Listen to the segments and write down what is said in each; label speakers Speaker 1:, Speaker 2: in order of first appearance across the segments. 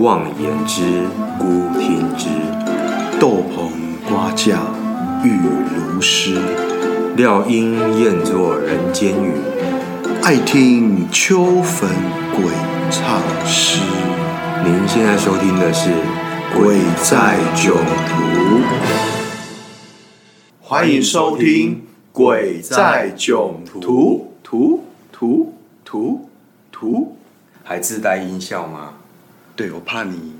Speaker 1: 望言之，孤听之。
Speaker 2: 豆棚瓜架雨如诗，
Speaker 1: 料应厌作人间语，
Speaker 2: 爱听秋坟鬼唱诗。
Speaker 1: 您现在收听的是《
Speaker 2: 鬼在囧途》，欢迎收听《鬼在囧途》途途途途。
Speaker 1: 还自带音效吗？
Speaker 2: 对，我怕你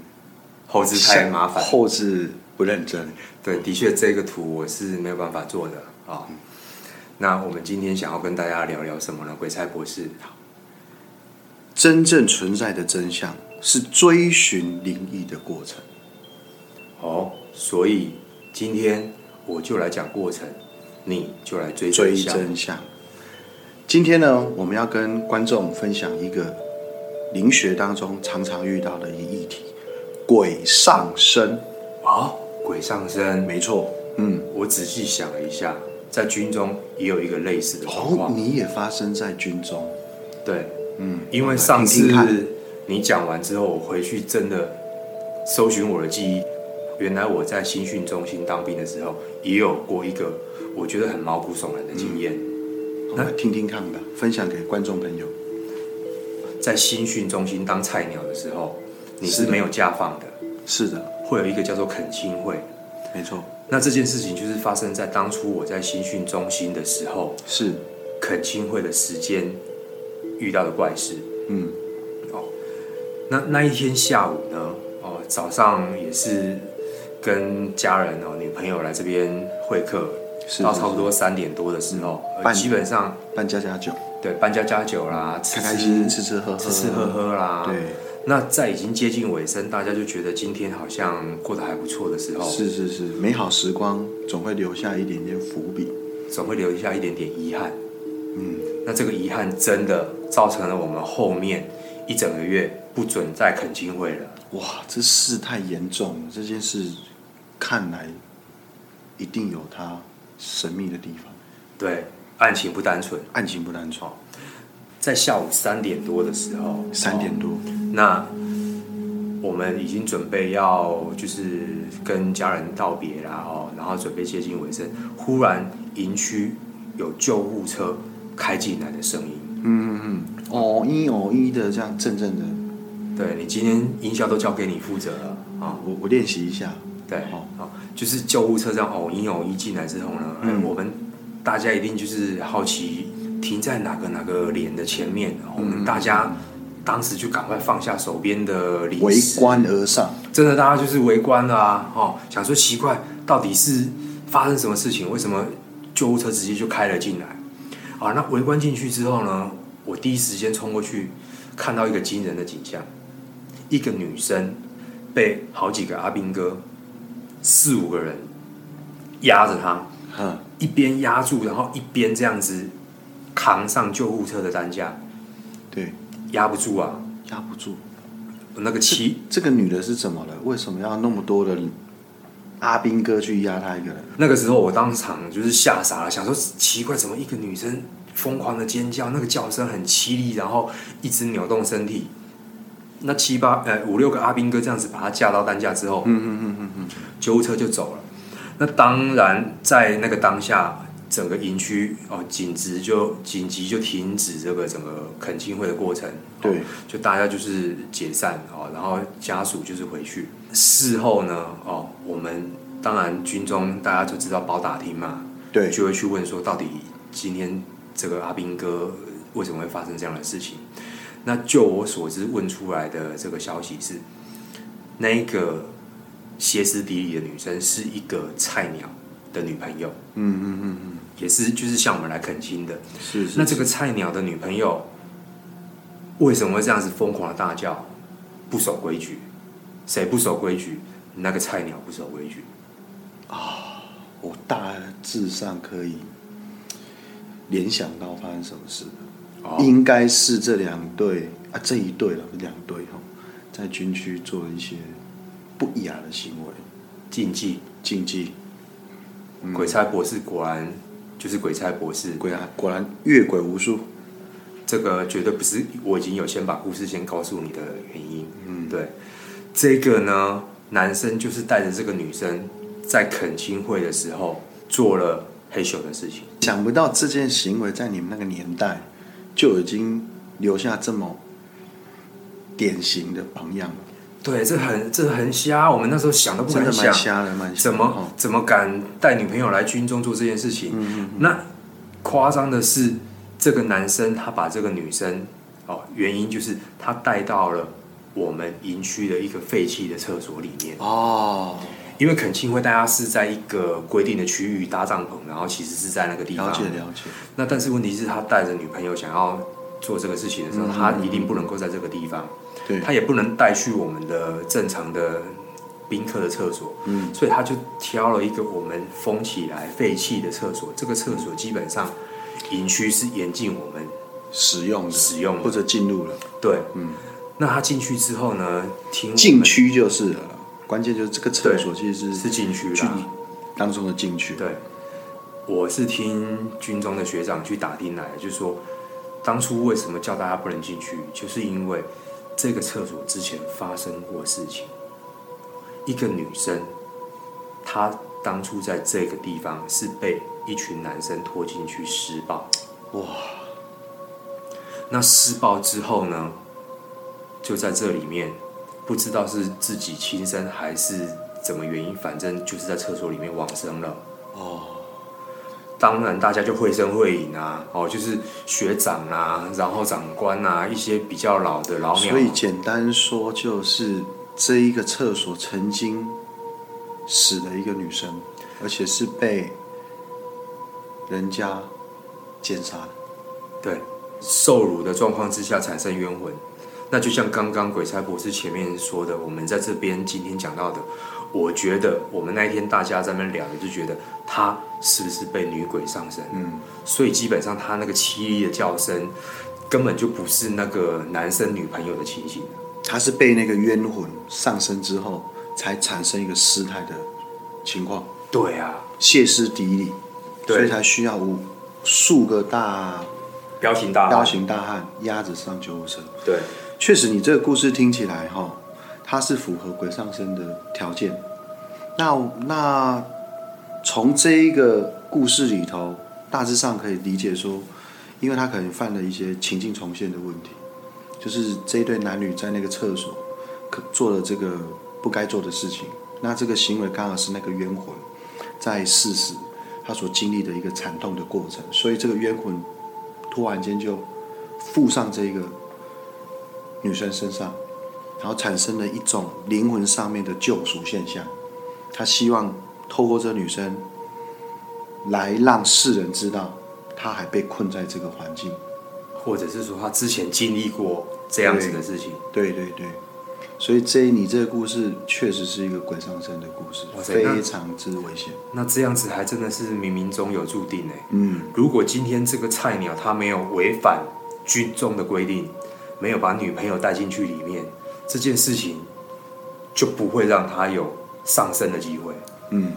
Speaker 1: 后置太麻烦。
Speaker 2: 后置不认真。
Speaker 1: 对，的确这个图我是没有办法做的啊、那我们今天想要跟大家聊聊什么呢？鬼差博士，
Speaker 2: 真正存在的真相是追寻灵异的过程。
Speaker 1: 哦，所以今天我就来讲过程，你就来追
Speaker 2: 追
Speaker 1: 相
Speaker 2: 真相。今天呢，我们要跟观众分享一个灵学当中常常遇到的一个议题——鬼上身。
Speaker 1: 哦，鬼上身。
Speaker 2: 没错，嗯，
Speaker 1: 我仔细想了一下，在军中也有一个类似的状
Speaker 2: 哦，
Speaker 1: 况。
Speaker 2: 你也发生在军中，
Speaker 1: 对，
Speaker 2: 嗯，
Speaker 1: 因为上次
Speaker 2: 听听看
Speaker 1: 你讲完之后，我回去真的搜寻我的记忆，原来我在新训中心当兵的时候，也有过一个我觉得很毛骨悚然的经验。
Speaker 2: 嗯
Speaker 1: 嗯
Speaker 2: 我们来听听看吧，分享给观众朋友。
Speaker 1: 在新训中心当菜鸟的时候，你是没有假放的，
Speaker 2: 是的，
Speaker 1: 会有一个叫做恳亲会。
Speaker 2: 没错，
Speaker 1: 那这件事情就是发生在当初我在新训中心的时候，
Speaker 2: 是，
Speaker 1: 恳亲会的时间遇到的怪事。
Speaker 2: 嗯，
Speaker 1: 哦那那一天下午呢，哦，早上也是跟家人哦、女朋友来这边会客，
Speaker 2: 是
Speaker 1: 到
Speaker 2: 是嗯
Speaker 1: 差不多三点多的时候，呃
Speaker 2: 半
Speaker 1: 基本上
Speaker 2: 办家家酒，
Speaker 1: 对搬家家酒啦，吃
Speaker 2: 开开心心
Speaker 1: 吃
Speaker 2: 吃吃喝喝，
Speaker 1: 吃吃喝，喝啦，。
Speaker 2: 对，
Speaker 1: 那在已经接近尾声，大家就觉得今天好像过得还不错的时候，
Speaker 2: 是是是，美好时光总会留下一点点伏笔。
Speaker 1: 总会留下一点点遗憾。嗯，那这个遗憾真的造成了我们后面一整个月不准再恳亲会了。
Speaker 2: 哇，这事太严重了，这件事看来一定有它神秘的地方，
Speaker 1: 对，案情不单纯。
Speaker 2: 案情不难闯。
Speaker 1: 在下午三点多的时候，
Speaker 2: 三点多，
Speaker 1: 那我们已经准备要就是跟家人道别啦哦，然后准备接近尾声，忽然营区有救护车开进来的声音。
Speaker 2: 嗯嗯嗯，哦一哦一的这样阵阵的，
Speaker 1: 对你今天音效都交给你负责了啊、哦
Speaker 2: 我我练习一下。
Speaker 1: 对，
Speaker 2: 哦
Speaker 1: 哦，就是救护车这样偶一偶一进来之后呢，哎
Speaker 2: 嗯
Speaker 1: 我们大家一定就是好奇停在哪个哪个脸的前面，哦我
Speaker 2: 嗯
Speaker 1: 们大家当时就赶快放下手边的零
Speaker 2: 围
Speaker 1: 食，
Speaker 2: 观而上，
Speaker 1: 真的大家就是围观了啊，哦，想说奇怪到底是发生什么事情，为什么救护车直接就开了进来？啊，那围观进去之后呢，我第一时间冲过去看到一个惊人的景象，一个女生被好几个阿兵哥四五个人压着她，
Speaker 2: 哼，
Speaker 1: 一边压住，然后一边这样子扛上救护车的担架，
Speaker 2: 对，
Speaker 1: 压不住啊，
Speaker 2: 压不住。
Speaker 1: 那个气
Speaker 2: 这个女的是怎么了？为什么要那么多的阿兵哥去压她一个人？
Speaker 1: 那个时候我当场就是吓傻了，想说奇怪，怎么一个女生疯狂的尖叫，那个叫声很凄厉，然后一直扭动身体。那七八呃五六个阿兵哥这样子把她架到担架之后，嗯嗯嗯嗯嗯，救护车就走了。那当然，在那个当下，整个营区哦，紧急就紧急就停止这个整个恳亲会的过程。
Speaker 2: 对，
Speaker 1: 就大家就是解散哦，然后家属就是回去。事后呢，哦，我们当然军中大家就知道包打听嘛，
Speaker 2: 对，
Speaker 1: 就会去问说到底今天这个阿兵哥为什么会发生这样的事情。那就我所知问出来的这个消息是，那一个歇斯底里的女生是一个菜鸟的女朋友，
Speaker 2: 嗯嗯嗯嗯，
Speaker 1: 也是就是向我们来恳亲的。
Speaker 2: 是
Speaker 1: 那
Speaker 2: 是，
Speaker 1: 这个菜鸟的女朋友为什么会这样子疯狂的大叫？不守规矩，谁不守规矩？那个菜鸟不守规矩。
Speaker 2: 我大致上可以联想到发生什么事了。
Speaker 1: 哦，
Speaker 2: 应该是这两队啊，这一队了，不是两队哈，在军区做了一些不雅的行为，
Speaker 1: 禁忌。
Speaker 2: 禁忌。嗯
Speaker 1: 鬼差博士果然就是鬼差博士。
Speaker 2: 果然果然越轨无数，
Speaker 1: 这个绝对不是我已经有先把故事先告诉你的原因。嗯，对，这个呢，男生就是带着这个女生在恳亲会的时候做了黑咻的事情。
Speaker 2: 想不到这件行为在你们那个年代就已经留下这么典型的榜样了，
Speaker 1: 对，这很这很瞎，我们那时候想都不
Speaker 2: 真
Speaker 1: 敢
Speaker 2: 的蛮
Speaker 1: 想。
Speaker 2: 瞎的，蛮瞎的
Speaker 1: 怎么
Speaker 2: 哦
Speaker 1: 怎么敢带女朋友来军中做这件事情？
Speaker 2: 嗯
Speaker 1: 那夸张的是，这个男生他把这个女生哦，原因就是他带到了我们营区的一个废弃的厕所里面，
Speaker 2: 哦，
Speaker 1: 因为恳亲会大家是在一个规定的区域搭帐篷，然后其实是在那个地方
Speaker 2: 了解了解，
Speaker 1: 那但是问题是，他带着女朋友想要做这个事情的时候，
Speaker 2: 嗯
Speaker 1: 他一定不能够在这个地方，
Speaker 2: 对
Speaker 1: 他也不能带去我们的正常的宾客的厕所，
Speaker 2: 嗯，
Speaker 1: 所以他就挑了一个我们封起来废弃的厕所。这个厕所基本上营区是严禁我们
Speaker 2: 使用的
Speaker 1: 使用
Speaker 2: 或
Speaker 1: 的，
Speaker 2: 者进入了
Speaker 1: 对，嗯。那他进去之后呢？听我们
Speaker 2: 禁区就是了啦，关键就是这个厕所其
Speaker 1: 是
Speaker 2: 实是
Speaker 1: 禁区
Speaker 2: 去
Speaker 1: 啦，
Speaker 2: 当中的禁区，
Speaker 1: 对，我是听军中的学长去打听来的，就说当初为什么叫大家不能进去，就是因为这个厕所之前发生过事情，一个女生，她当初在这个地方是被一群男生拖进去施暴，
Speaker 2: 哇，
Speaker 1: 那施暴之后呢，就在这里面，不知道是自己亲生还是怎么原因，反正就是在厕所里面往生了。
Speaker 2: 哦，
Speaker 1: 当然大家就绘声绘影啊，哦，就是学长啊，然后长官啊，一些比较老的老鸟啊
Speaker 2: 所，以简单说就是这一个厕所曾经死了一个女生，而且是被人家奸杀的。
Speaker 1: 对，受辱的状况之下产生冤魂。那就像刚刚鬼差博士前面说的，我们在这边今天讲到的，我觉得我们那一天大家在那边聊，就觉得他是不是被女鬼上身？
Speaker 2: 嗯，
Speaker 1: 所以基本上他那个凄厉的叫声，根本就不是那个男生女朋友的情形。
Speaker 2: 他是被那个冤魂上身之后，才产生一个失态的情况，
Speaker 1: 对啊，
Speaker 2: 歇斯底里，
Speaker 1: 对
Speaker 2: 所以才需要无数个大
Speaker 1: 彪形大
Speaker 2: 彪
Speaker 1: 汉，
Speaker 2: 形大汉压着上救护车。
Speaker 1: 对
Speaker 2: 确实，你这个故事听起来哈、它是符合鬼上身的条件。那那从这一个故事里头，大致上可以理解说，因为他可能犯了一些情境重现的问题，就是这一对男女在那个厕所可做了这个不该做的事情。那这个行为刚好是那个冤魂在世时他所经历的一个惨痛的过程，所以这个冤魂突然间就附上这个女生身上，然后产生了一种灵魂上面的救赎现象。他希望透过这女生，来让世人知道，他还被困在这个环境。
Speaker 1: 或者是说他之前经历过这样子的事情。
Speaker 2: 对对对，所以这你这个故事确实是一个鬼上身的故事，
Speaker 1: 哇塞那
Speaker 2: 非常之危险。
Speaker 1: 那这样子还真的是冥冥中有注定呢。
Speaker 2: 嗯，
Speaker 1: 如果今天这个菜鸟他没有违反军中的规定，没有把女朋友带进去里面，这件事情就不会让他有上升的机会。
Speaker 2: 嗯，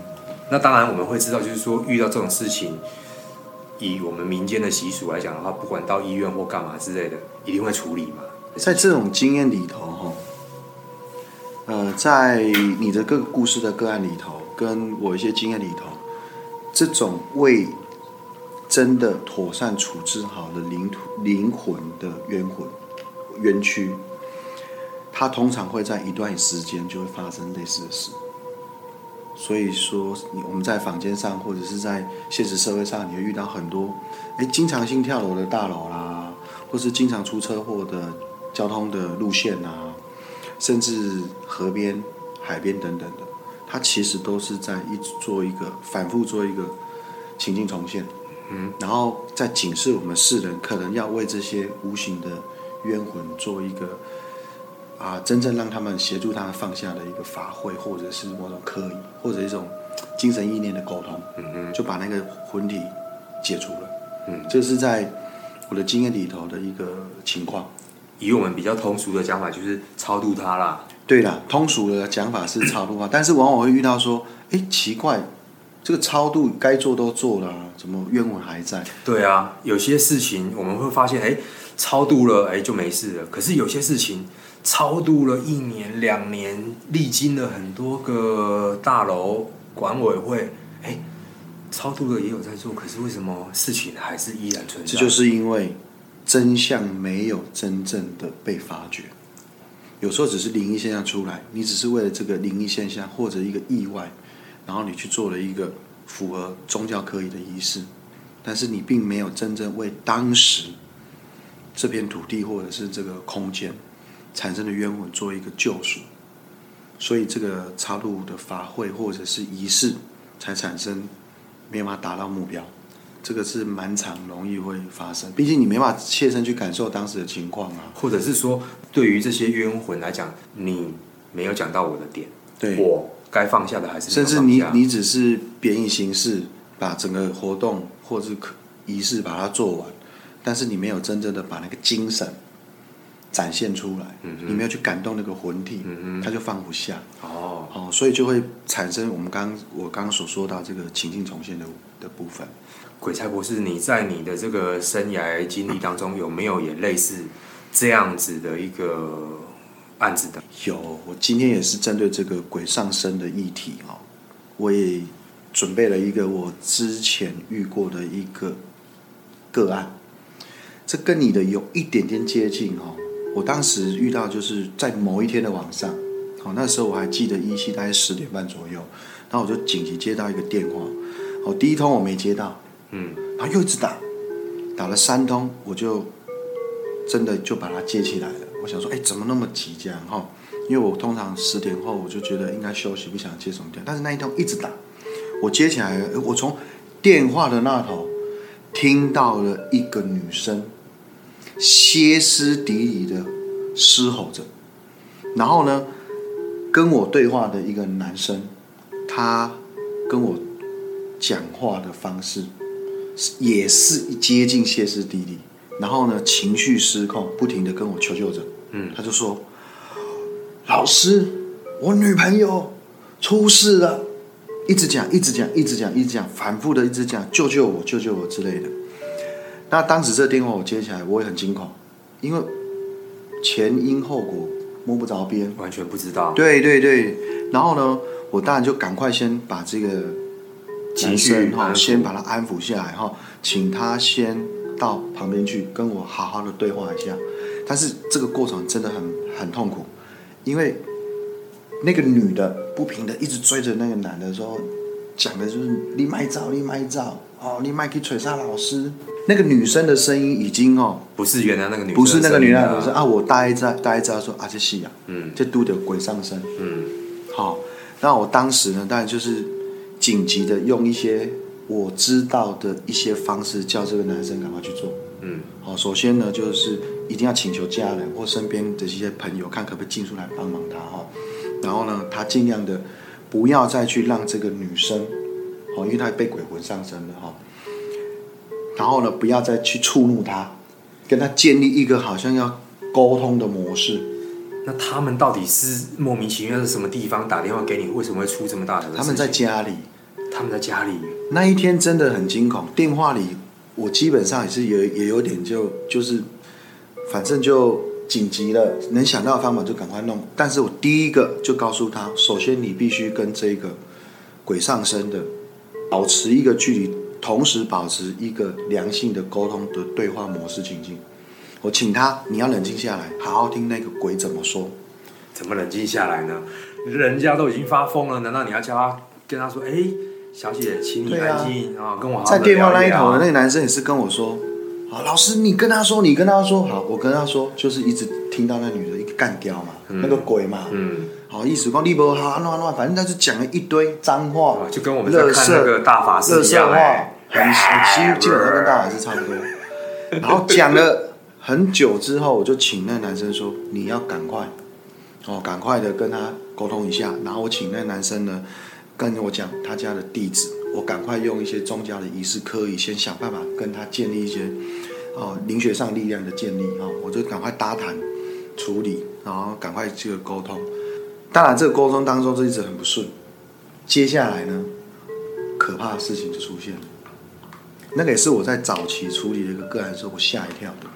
Speaker 1: 那当然我们会知道，就是说遇到这种事情，以我们民间的习俗来讲的话，不管到医院或干嘛之类的，一定会处理嘛。
Speaker 2: 在这种经验里头，哈，呃，在你的各个故事的个案里头，跟我一些经验里头，这种未真的妥善处置好的灵土灵魂的冤魂冤屈，它通常会在一段时间就会发生类似的事。所以说，你我们在坊间上或者是在现实社会上，你会遇到很多，哎，经常性跳楼的大楼啦，或是经常出车祸的交通的路线啊，甚至河边、海边等等的，它其实都是在一直做一个反复做一个情境重现，嗯，然后再警示我们世人，可能要为这些无形的冤魂做一个啊，真正让他们协助他们放下的一个法会，或者是某种科仪，或者一种精神意念的沟通，
Speaker 1: 嗯哼，
Speaker 2: 就把那个魂体解除了。
Speaker 1: 嗯，
Speaker 2: 这是在我的经验里头的一个情况。
Speaker 1: 以我们比较通俗的讲法，就是超度他啦。
Speaker 2: 对啦，通俗的讲法是超度化，但是往往会遇到说，哎，奇怪，这个超度该做都做了啊、怎么冤魂还在？
Speaker 1: 对啊，有些事情我们会发现，哎，超度了，哎，就没事了。可是有些事情超度了一年、两年，历经了很多个大楼管委会，哎，超度了也有在做，可是为什么事情还是依然存在？
Speaker 2: 这就是因为真相没有真正的被发掘，有时候只是灵异现象出来，你只是为了这个灵异现象或者一个意外，然后你去做了一个符合宗教科仪的仪式，但是你并没有真正为当时这片土地或者是这个空间产生的冤魂做一个救赎，所以这个插入的法会或者是仪式才产生没法达到目标。这个是蛮常容易会发生，毕竟你没办法切身去感受当时的情况啊。
Speaker 1: 或者是说，对于这些冤魂来讲，你没有讲到我的点，
Speaker 2: 对，
Speaker 1: 我该放下的还是没
Speaker 2: 甚
Speaker 1: 有
Speaker 2: 至你
Speaker 1: 放下
Speaker 2: 你只是编译形式，把整个活动或是可仪式把它做完，但是你没有真正的把那个精神展现出来，
Speaker 1: 嗯
Speaker 2: 你没有去感动那个魂体，他就放不下。
Speaker 1: 哦，
Speaker 2: 哦，所以就会产生我们刚我刚刚所说到这个情境重现的的部分。
Speaker 1: 鬼才博士，你在你的这个生涯经历当中，有没有也类似这样子的一个案子的？
Speaker 2: 有，我今天也是针对这个鬼上身的议题哦，我也准备了一个我之前遇过的一个个案，这跟你的有一点点接近哦。我当时遇到就是在某一天的晚上，哦，那时候我还记得依稀大概十点半左右，然后我就紧急接到一个电话，哦，第一通我没接到，
Speaker 1: 嗯，
Speaker 2: 然后又一直打，打了三通，我就真的就把它接起来了。我想说，哎，怎么那么急这样哦哈？因为我通常十点后我就觉得应该休息，不想接什么电话，但是那一通一直打，我接起来了，呃我从电话的那头听到了一个女生歇斯底里的嘶吼着，然后呢，跟我对话的一个男生，他跟我讲话的方式也是接近歇斯底里，然后呢情绪失控，不停的跟我求救着。嗯，他就说：“老师，我女朋友出事了。”一直讲，一直讲，一直讲，一直讲，反复的一直讲，救救我，救救我之类的。那当时这电话我接起来，我也很惊恐，因为前因后果摸不着边。
Speaker 1: 完全不知道，
Speaker 2: 对对对，然后呢，我当然就赶快先把这个
Speaker 1: 情
Speaker 2: 男
Speaker 1: 绪
Speaker 2: 生
Speaker 1: 安
Speaker 2: 哈，
Speaker 1: 抚
Speaker 2: 先把他安抚下来哈，请他先到旁边去跟我好好的对话一下。但是这个过程真的很很痛苦，因为那个女的不平的一直追着那个男的说，讲的就是你卖照，你卖照，哦，你卖去锤杀老师。那个女生的声音已经哦，
Speaker 1: 不是原来那个女生的
Speaker 2: 不是那个女
Speaker 1: 声音啊
Speaker 2: 的，是啊，我大概知道大概知道说啊，这戏啊，
Speaker 1: 嗯
Speaker 2: 这都得鬼上身。
Speaker 1: 嗯
Speaker 2: 好、那我当时呢，当然就是紧急的用一些我知道的一些方式，叫这个男生赶快去做。
Speaker 1: 嗯，
Speaker 2: 好、首先呢，就是一定要请求家人或身边的一些朋友，看可不可以尽速来帮忙他哈、然后呢，他尽量的不要再去让这个女生，哦，因为她被鬼魂上身了哈、然后呢，不要再去触怒她，跟她建立一个好像要沟通的模式。
Speaker 1: 那他们到底是莫名其妙是什么地方打电话给你？为什么会出这么大的事情？
Speaker 2: 他们在家里，
Speaker 1: 他们在家里，
Speaker 2: 那一天真的很惊恐，电话里我基本上也是也也有点就就是，反正就紧急了，能想到的方法就赶快弄。但是我第一个就告诉他，首先你必须跟这个鬼上身的保持一个距离，同时保持一个良性的沟通的对话模式情境。我请他，你要冷静下来，好好听那个鬼怎么说。
Speaker 1: 怎么冷静下来呢？人家都已经发疯了，难道你要叫他跟他说：“哎、小姐，请你
Speaker 2: 对啊
Speaker 1: 安静啊、跟我好好
Speaker 2: 在
Speaker 1: 地聊
Speaker 2: 电话那一
Speaker 1: 聊
Speaker 2: 头的那个男生也是跟我说：“好，老师，你跟他说，你跟他说，好，我跟他说，就是一直听到那女的一个干掉嘛，那个鬼嘛，
Speaker 1: 嗯，
Speaker 2: 好，意思讲你不好，乱乱，反正他就讲了一堆脏话
Speaker 1: 哦啊哇，就跟我们在看那个大法师
Speaker 2: 乐
Speaker 1: 一
Speaker 2: 色
Speaker 1: 样、
Speaker 2: 话
Speaker 1: 哎，
Speaker 2: 很很基基本上跟大法师差不多。然后讲了很久之后，我就请那个男生说：“你要赶快，哦，赶快的跟他沟通一下。”然后我请那个男生呢跟我讲他家的地址，我赶快用一些宗教的仪式科仪，先想办法跟他建立一些哦灵学上力量的建立哦，我就赶快搭谈处理，然后赶快这个沟通。当然，这个沟通当中这一直很不顺。接下来呢，可怕的事情就出现了。那个也是我在早期处理的一个个案的时候，我吓一跳的。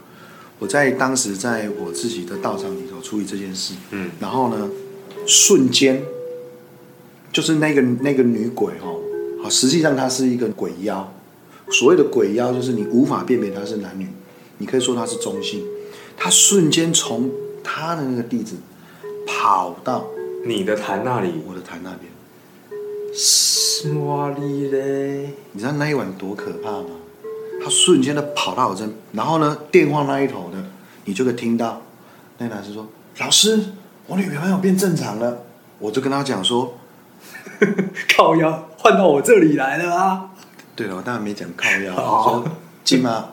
Speaker 2: 我在当时在我自己的道场里头处理这件事，
Speaker 1: 嗯，
Speaker 2: 然后呢，瞬间就是那个那个女鬼哦，好，实际上她是一个鬼妖。所谓的鬼妖就是你无法辨别她是男女，你可以说她是中性。她瞬间从她的那个弟子跑到
Speaker 1: 你的坛那里，
Speaker 2: 我的坛那边，
Speaker 1: 哇哩嘞，
Speaker 2: 你知道那一晚多可怕吗？他瞬间的跑到我这，然后呢，电话那一头的，你就可以听到那个男生说：“老师，我女朋友变正常了。”我就跟他讲说
Speaker 1: 靠腰换到我这里来了啊！：“
Speaker 2: 对了，我当然没讲靠腰，啊
Speaker 1: 哦
Speaker 2: 我说金马，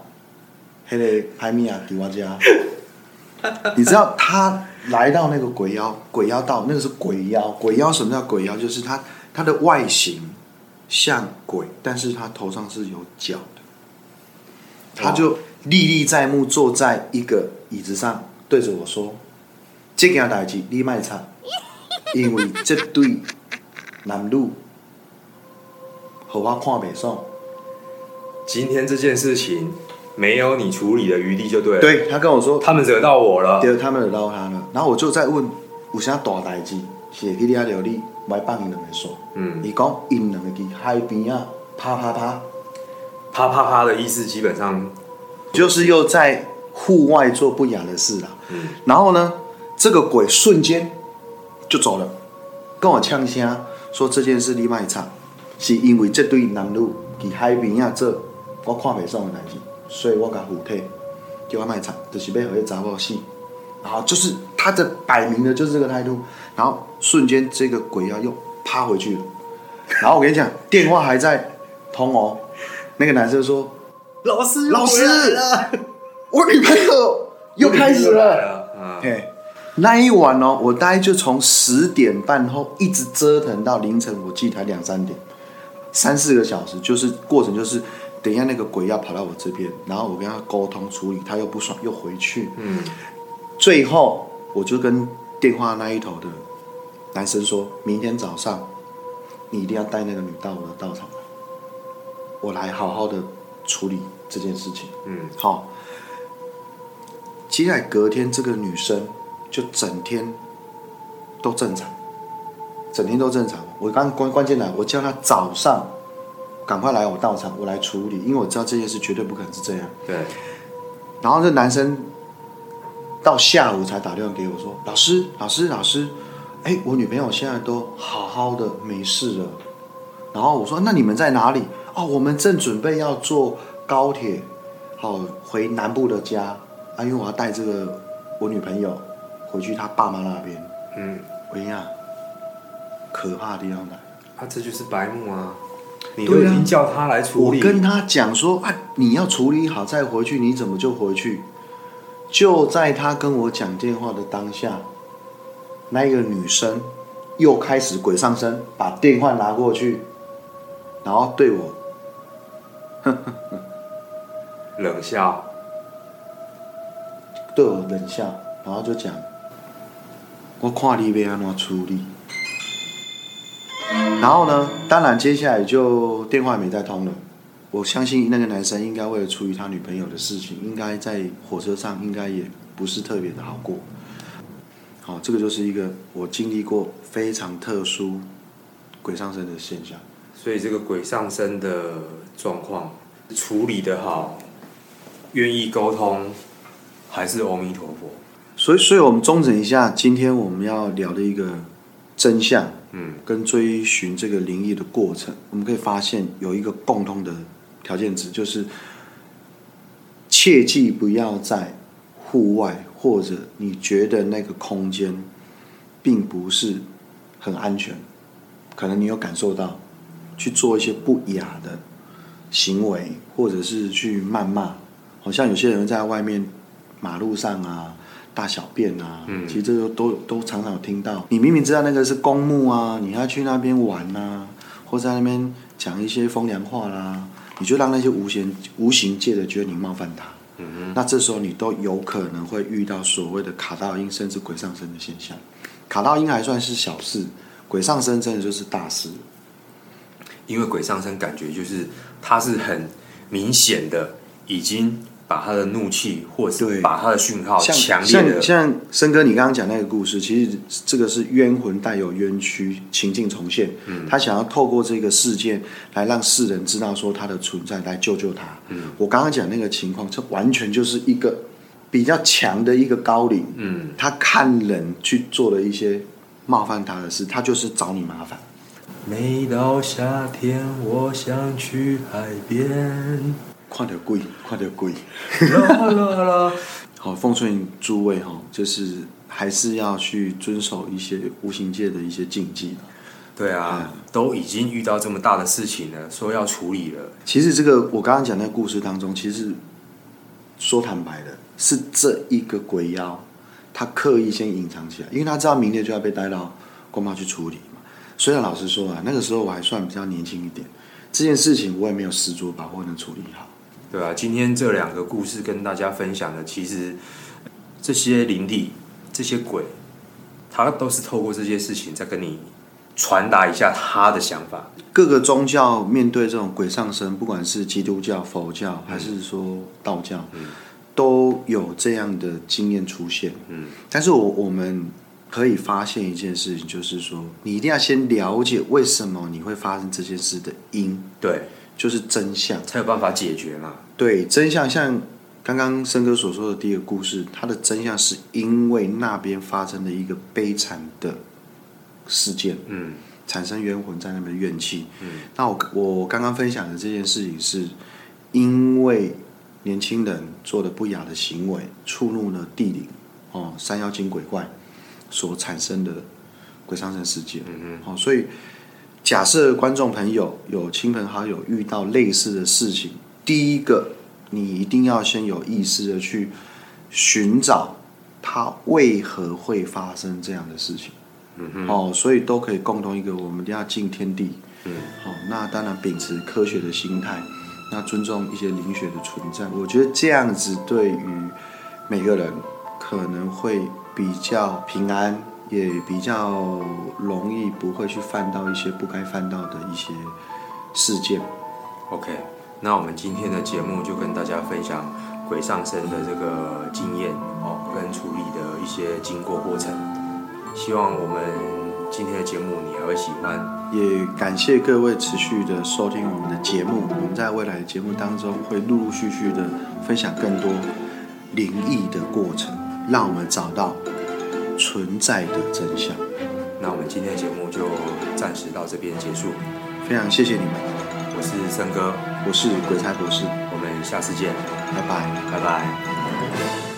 Speaker 2: 黑的海米亚迪瓦家。” 你知道他来到那个鬼妖，鬼妖道那个是鬼妖，鬼妖什么叫鬼妖？就是他他的外形像鬼，但是他头上是有角的。他就历历在目，坐在一个椅子上，对着我说：“这件代志你卖惨，因为这对男女，互我看袂爽。
Speaker 1: 今天这件事情没有你处理的余地就对”了。，
Speaker 2: 对他跟我说，
Speaker 1: 他们惹到我了。
Speaker 2: 对，他们惹到他了。然后我就在问，有啥大代志是会去你遐聊你，卖放因两个爽？
Speaker 1: 嗯，
Speaker 2: 伊讲因两个去海边啊，啪啪啪，
Speaker 1: 啪啪啪的意思基本上，
Speaker 2: 就是又在户外做不雅的事啦。
Speaker 1: 嗯，
Speaker 2: 然后呢，这个鬼瞬间就走了，跟我呛声说这件事你卖惨，是因为这对男女伫海边啊做我看袂爽的代志，所以我甲附体，叫我卖惨，就是要互迄查某死。然后就是他的摆明的就是这个态度，然后瞬间这个鬼要又趴回去了。然后我跟你讲，电话还在通哦，那个男生说
Speaker 1: 老师
Speaker 2: 老师，我女朋友又开始了。
Speaker 1: 了嗯，
Speaker 2: 嘿，那一晚哦，我大概就从十点半后一直折腾到凌晨，我记得才两三点，三四个小时，就是过程就是，等一下那个鬼要跑到我这边，然后我跟他沟通处理，他又不爽又回去，
Speaker 1: 嗯，
Speaker 2: 最后我就跟电话那一头的男生说，明天早上你一定要带那个女到我的道场来，我来好好的处理这件事情。
Speaker 1: 嗯，
Speaker 2: 好。起来隔天，这个女生就整天都正常，整天都正常。我刚关关键来，我叫她早上赶快来我道场，我来处理，因为我知道这件事绝对不可能是这样。
Speaker 1: 对，
Speaker 2: 然后这男生到下午才打电话给我说：“老师，老师，老师，哎，我女朋友现在都好好的，没事了。”然后我说：“那你们在哪里？”哦，我们正准备要坐高铁，好、回南部的家啊，因为我要带这个我女朋友回去她爸妈那边。
Speaker 1: 嗯，
Speaker 2: 我跟你讲，可怕的地方来了。
Speaker 1: 啊，这就是白目啊！你都
Speaker 2: 对啊
Speaker 1: 已经叫他来处
Speaker 2: 我
Speaker 1: 理，
Speaker 2: 跟他讲说啊，你要处理好再回去，你怎么就回去？就在他跟我讲电话的当下，那一个女生又开始鬼上身，把电话拿过去，然后对我
Speaker 1: 冷笑，
Speaker 2: 对我冷笑，然后就讲，我看你要安怎处理。然后呢，当然接下来就电话也没再通了。我相信那个男生应该为了处理他女朋友的事情，应该在火车上应该也不是特别的好过。好，这个就是一个我经历过非常特殊鬼上身的现象。
Speaker 1: 所以这个鬼上身的状况处理的好，愿意沟通，还是阿弥陀佛。
Speaker 2: 所以，所以我们中整一下，今天我们要聊的一个真相，
Speaker 1: 嗯，
Speaker 2: 跟追寻这个灵异的过程，我们可以发现有一个共通的条件值，就是切记不要在户外或者你觉得那个空间并不是很安全，可能你有感受到去做一些不雅的行为，或者是去谩骂，好像有些人在外面马路上啊。大小便啊，
Speaker 1: 嗯
Speaker 2: 其实这个都都常常有听到。你明明知道那个是公墓啊，你还去那边玩啊，或在那边讲一些风凉话啦，你就让那些无形无形界的觉得你冒犯他。
Speaker 1: 嗯
Speaker 2: 那这时候你都有可能会遇到所谓的卡到音，甚至鬼上身的现象。卡到音还算是小事，鬼上身真的就是大事。
Speaker 1: 哼，因为鬼上身感觉就是它是很明显的，已经把他的怒气，或者
Speaker 2: 对
Speaker 1: 是把他的讯号强
Speaker 2: 像
Speaker 1: 烈
Speaker 2: 像
Speaker 1: 的，
Speaker 2: 像森哥你刚刚讲那个故事，其实这个是冤魂带有冤屈，情境重现。嗯、他想要透过这个事件来让世人知道说他的存在，来救救他。嗯、我刚刚讲那个情况，这完全就是一个比较强的一个高龄，嗯、他看人去做了一些冒犯他的事，他就是找你麻烦。
Speaker 1: 每到夏天，我想去海边。
Speaker 2: 快点跪，快点跪！
Speaker 1: 啦啦啦！
Speaker 2: 好，奉劝诸位哈，就是还是要去遵守一些无形界的一些禁忌的。
Speaker 1: 对
Speaker 2: 嗯
Speaker 1: 啊，都已经遇到这么大的事情了，说要处理了，
Speaker 2: 其实这个我刚刚讲那个故事当中，其实说坦白的，是这一个鬼妖，他刻意先隐藏起来，因为他知道明天就要被带到公妈去处理嘛。虽然老实说啊，那个时候我还算比较年轻一点，这件事情我也没有十足把握能处理好。
Speaker 1: 对啊，今天这两个故事跟大家分享的，其实这些灵体、这些鬼，他都是透过这些事情在跟你传达一下他的想法。
Speaker 2: 各个宗教面对这种鬼上身，不管是基督教、佛教还是说道教，都有这样的经验出现。嗯，但是我我们可以发现一件事情，就是说，你一定要先了解为什么你会发生这件事的因，
Speaker 1: 对，
Speaker 2: 就是真相。
Speaker 1: 才有办法解决嘛。
Speaker 2: 对，真相像刚刚森哥所说的第一个故事，它的真相是因为那边发生了一个悲惨的事件。
Speaker 1: 嗯，
Speaker 2: 产生冤魂在那边的怨气。那我我刚刚分享的这件事情是，因为年轻人做的不雅的行为，触怒了地灵哦山妖精鬼怪所产生的鬼上身事件。哦，所以假设观众朋友有亲朋好友遇到类似的事情，第一个你一定要先有意识的去寻找它为何会发生这样的事情。哦，所以都可以共同一个，我们一定要敬天地。嗯，好、那当然秉持科学的心态，那尊重一些灵学的存在，我觉得这样子对于每个人可能会比较平安，也比较容易不会去犯到一些不该犯到的一些事件。
Speaker 1: OK，那我们今天的节目就跟大家分享鬼上身的这个经验哦，跟处理的一些经过过程。希望我们今天的节目你还会喜欢。
Speaker 2: 也感谢各位持续的收听我们的节目，我们在未来的节目当中会陆陆续续的分享更多灵异的过程，让我们找到存在的真相。
Speaker 1: 那我们今天的节目就暂时到这边结束。
Speaker 2: 非常谢谢你们，
Speaker 1: 我是森哥，
Speaker 2: 我是鬼才博士，
Speaker 1: 我们下次见，
Speaker 2: 拜拜。
Speaker 1: 拜拜。